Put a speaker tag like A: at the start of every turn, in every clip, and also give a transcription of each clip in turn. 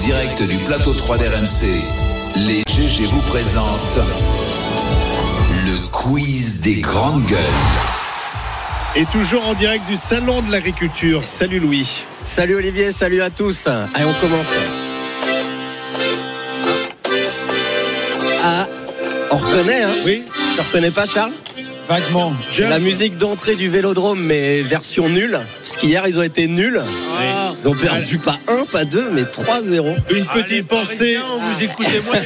A: direct du plateau 3 d'RMC, les GG vous présentent le quiz des grandes gueules.
B: Et toujours en direct du Salon de l'Agriculture. Salut Louis.
C: Salut Olivier, salut à tous. Allez, on commence. Ah, on reconnaît, hein
B: Oui
C: Tu reconnais pas, Charles
D: Vaguement.
C: La musique d'entrée du vélodrome, mais version nulle. Parce qu'hier, ils ont été nuls.
B: Oui.
C: Ils ont perdu pas 1, pas 2, mais 3-0.
B: Ah, Une petite pensée,
E: vous écoutez moi.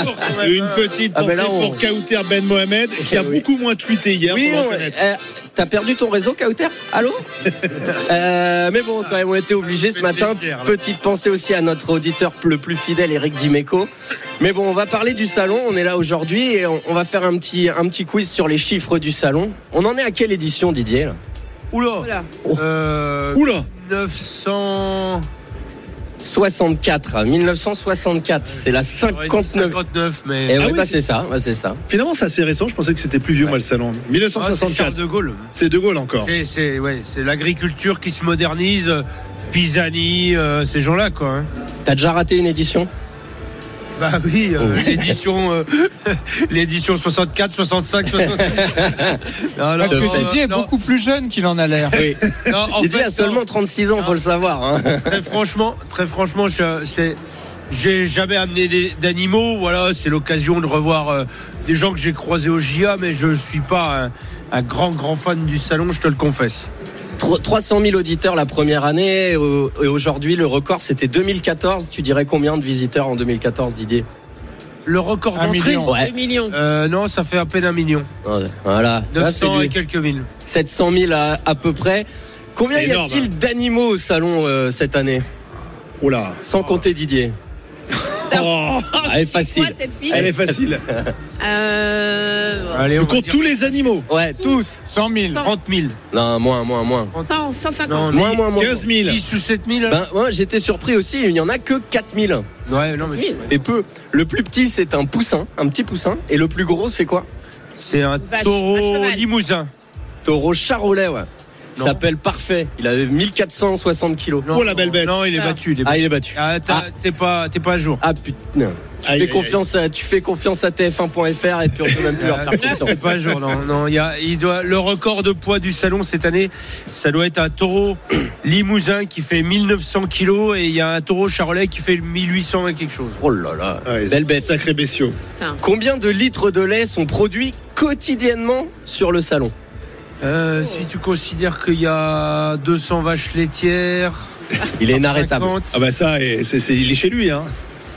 B: une petite
C: Ah,
B: pensée
C: mais là, on-
B: pour Kauter Ben Mohamed qui a
C: Oui.
B: beaucoup moins tweeté hier.
C: Oui,
B: faut le
C: on-
B: reconnaître.
C: eh, t'as perdu ton réseau, Kauter Allô Euh, Mais bon, quand même, on était obligés ce matin. Petite pensée aussi à notre auditeur le plus fidèle, Eric Dimeco. Mais bon, on va parler du salon. On est là aujourd'hui et on, on va faire un petit, un petit quiz sur les chiffres du salon. On en est à quelle édition, Didier là
E: Oula. Euh,
B: Oula
E: 900.
C: 64, 1964. C'est la
E: ouais,
C: 59.
E: 59,
C: Et
E: mais.
C: ouais,
B: Ah oui,
C: bah,
B: c'est-
C: c'est ça, bah, c'est ça.
B: Finalement, c'est assez récent. Je pensais que c'était plus vieux, moi, le salon.
E: Ah, c'est Charles
B: 1964.
E: de Gaulle.
B: c'est De Gaulle encore.
E: C'est, c'est, ouais, c'est l'agriculture qui se modernise. euh, Pisani, euh, ces gens-là, quoi. hein.
C: T'as déjà raté une édition
E: Bah oui, euh, l'édition, euh, l'édition 64, 65, 66. Non, non,
D: Parce
E: non,
D: que Didier est
E: non,
D: beaucoup plus jeune qu'il en a l'air.
E: non, en
C: Didier
E: fait,
C: a
E: non.
C: seulement 36 ans, faut le savoir. hein.
E: Très franchement, très franchement, je- c'est. J'ai jamais amené des- d'animaux, voilà, c'est l'occasion de revoir euh, des gens que j'ai croisés au JA, mais je suis pas un, un grand grand fan du salon, je te le confesse.
C: Tro- 300 000 auditeurs la première année et au- et aujourd'hui le record c'était 2014. Tu dirais combien de visiteurs en 2014 Didier
E: Le record
D: Un
E: d'entrée
D: million.
C: Ouais.
E: Euh, Non, ça fait à peine un million,
C: Ouais, Voilà. Là, Ah, c'est
E: 900
C: lui.
E: et hein. quelques mille.
C: 700 000 à, à peu près. Combien
B: C'est
C: y
B: énorme,
C: a-t-il d'animaux au salon euh, cette année
B: Oula.
C: Sans compter Didier.
B: Oh,
E: Ah,
C: Elle est facile.
F: Quoi, cette fille
B: elle est facile.
F: Euh,
E: Allez,
B: On
E: on va
B: compte
E: dire
B: tous les animaux.
C: Ouais, tous.
D: 100 000.
E: 30 000.
C: Non, moins, moins, moins.
F: 100, 150.
E: Non,
C: Moins, moins, moins.
B: 15 000.
E: 6 ou 7 000 alors
C: Ben, ouais, j'étais surpris aussi, il n'y en a que 4000.
E: Ouais, non, mais c'est-
C: Et peu. Le plus petit, c'est un poussin, un petit poussin. Et le plus gros, c'est quoi
E: c'est un
F: Vache, un
E: taureau
F: cheval.
E: limousin.
C: Taureau charolais, ouais. Il
E: Non.
C: s'appelle Parfait. Il avait 1460 kilos.
E: Non,
B: Oh, la
E: non,
B: belle bête.
E: Non, il est
F: Ah.
E: battu, il est
C: Ah,
E: battu.
C: il est battu.
E: Ah, t'as-
C: Ah.
E: t'es pas, t'es pas à jour.
C: Ah putain. Tu
B: Aïe, aïe,
C: fais, confiance à, tu fais confiance à TF1.fr et puis on peut même plus leur faire confiance.
E: Ah, C'est pas un jour, non, non. il y a- il doit, le record de poids du salon cette année, ça doit être un taureau limousin qui fait 1900 kilos et il y a un taureau charolais qui fait 1800 et quelque chose.
C: Oh là là,
B: Ouais,
C: belle bête.
B: Sacré bestiaux.
C: Combien de litres de lait sont produits quotidiennement sur le salon
E: Euh, Si tu considères qu'il y a 200 vaches laitières,
C: Il est inarrêtable.
E: 50,
B: Ah bah ça, et c'est, c'est- il est chez lui. Hein.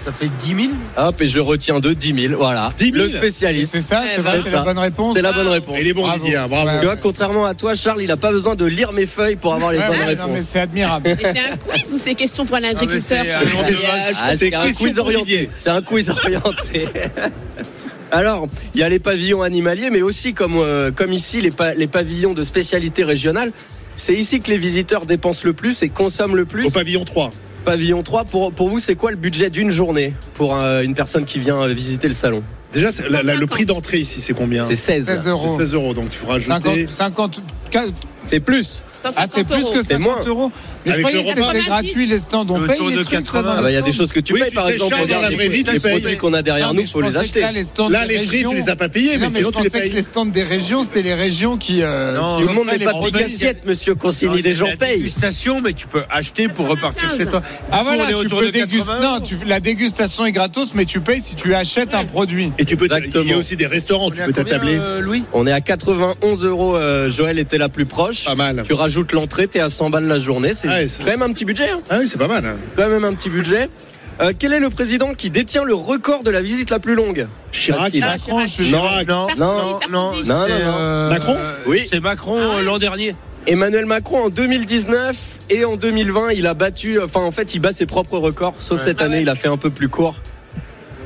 E: ça fait 10 000.
C: Hop, et je retiens de 10 000. Voilà.
B: 10 000
C: le
D: Et
C: spécialiste.
D: c'est ça, c'est
F: Eh
D: vrai,
C: ben,
D: c'est
C: ça.
D: la bonne réponse.
C: C'est la bonne réponse.
B: Il est bon,
D: Bravo.
B: Didier. hein, bravo.
D: Ouais.
C: Tu vois, contrairement à toi, Charles, il n'a pas besoin de lire mes feuilles pour avoir les
D: Ouais,
C: bonnes
D: ouais, non,
C: réponses.
D: mais c'est admirable.
F: Mais c'est un quiz ou c'est question pour un
E: Ah, mais
F: agriculteur
E: c'est
D: euh,
E: un nom de vache.
C: Ah, c'est
B: C'est
C: un
B: question
C: quiz
B: pour
C: orienté.
B: Didier.
C: C'est un quiz orienté. Alors, il y a les pavillons animaliers, mais aussi comme, euh, comme ici, les, pa- les pavillons de spécialité régionale. C'est ici que les visiteurs dépensent le plus et consomment le plus.
B: Au pavillon 3.
C: Pavillon 3, pour, pour vous, c'est quoi le budget d'une journée pour euh, une personne qui vient euh, visiter le salon
B: Déjà, c'est- la- la- le prix d'entrée ici, c'est combien
C: C'est 16.
D: 16
B: C'est
D: euros.
B: 16 euros. Donc, il faut rajouter.
D: 50, 50
C: C'est plus.
D: ah, c'est plus que
C: C'est moins.
D: 50 euros. Mais je
B: Avec
D: croyais
B: le
D: que c'était
F: repas.
D: gratuit, les stands. On
E: Le
D: paye
E: tour
D: les
E: de
D: trucs, là,
E: 80.
D: dans
C: Ah
D: les
C: bah, il y a des
D: stands.
C: choses que tu
B: Oui,
C: payes,
B: tu
C: par
B: sais,
C: exemple.
B: Charles, dans
C: regarde,
B: la
C: les,
B: vraie vie, tu
C: les
B: payes.
C: produits qu'on a derrière
D: Non, mais
C: nous,
D: je
C: faut les
D: pensais que
C: acheter.
D: Là, les stands
B: Là,
D: des
B: les frites,
D: régions-
B: tu les as pas payées, mais
D: Non, mais je
B: sinon, tu les
D: pensais
B: payes.
D: que les stands des régions, c'était les régions qui. euh,
E: Non,
D: qui
C: Tout le monde
D: offraient
C: n'est
D: les
C: pas
D: produits.
C: big assiette, monsieur Consigny. Des gens payent.
E: Dégustation, mais tu peux acheter pour repartir chez toi.
D: Ah voilà,
E: On est
D: tu
E: autour
D: peux
E: de 80
D: déguster.
E: euros.
D: Non, tu- la dégustation est gratos, mais tu payes si tu achètes un produit.
B: Et tu peux t'a- il y a
C: Exactement.
B: aussi des restaurants,
E: On
B: tu
E: est à
B: peux
E: combien,
B: t'attabler.
E: euh, Louis
C: On est à 91 euros. euh, Joël était la plus proche.
B: Pas mal.
C: Tu rajoutes l'entrée, t'es à 100 balles la journée. C'est
B: Ah. Ouais, c'est-
C: quand même un petit budget. hein.
B: Ah oui, c'est pas mal. hein.
C: Quand même un petit budget. Euh, quel est le président qui détient le record de la visite la plus longue
B: Chirac.
C: Facile.
F: Ah,
D: Macron, je
B: Non,
D: non.
C: Non,
E: Non,
F: Non,
E: c'est,
C: non, non.
E: euh,
B: Macron
C: Oui.
E: C'est Macron euh, l'an dernier.
C: Emmanuel Macron en 2019 et en 2020, il a battu. Enfin, en fait, il bat ses propres records. Sauf cette
F: Ah
C: année,
F: ouais.
C: il a fait un peu plus court.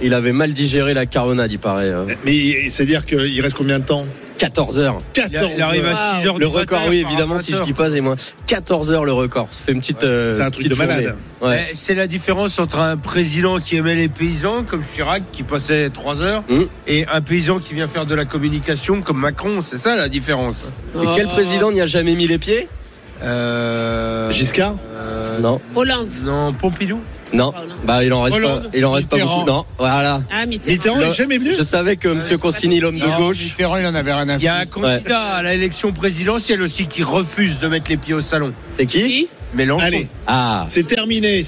C: Il avait mal digéré la caronade, il paraît. euh,
B: Mais c'est-à-dire qu'il reste combien de temps
C: 14 heures.
E: Il, a-
B: 14
E: il arrive à
B: heures.
E: 6 heures
C: Le
E: du matin
C: record, oui,
E: par
C: évidemment,
E: un
C: si je dis
E: amateur.
C: pas, c'est moins. 14 heures le record. Ça fait une petite. euh,
B: C'est un truc
C: petite
B: de malade.
C: journée. Ouais.
E: Eh, C'est la différence entre un président qui aimait les paysans, comme Chirac, qui passait 3 heures,
C: Mmh.
E: et un paysan qui vient faire de la communication, comme Macron. C'est ça la différence.
C: Et quel président n'y a jamais mis les pieds
E: Euh,
B: Giscard
E: euh,
C: Non,
F: Hollande.
E: Non, Pompidou.
C: non. Bah, il en reste pas.
D: Hollande,
C: Il en reste pas
D: Mitterrand.
C: beaucoup. Non, voilà.
F: Ah, Mitterrand.
B: Mitterrand
C: Le-
B: n'est jamais venu
C: Je savais que Monsieur Cossini, l'homme de
D: Non,
C: gauche.
D: Mitterrand, il en avait rien à
E: Il y a
D: faire.
E: un candidat à l'élection présidentielle aussi qui refuse de mettre les pieds au salon.
C: C'est qui
F: Qui
E: Mélenchon.
B: Allez,
C: Ah.
B: c'est terminé.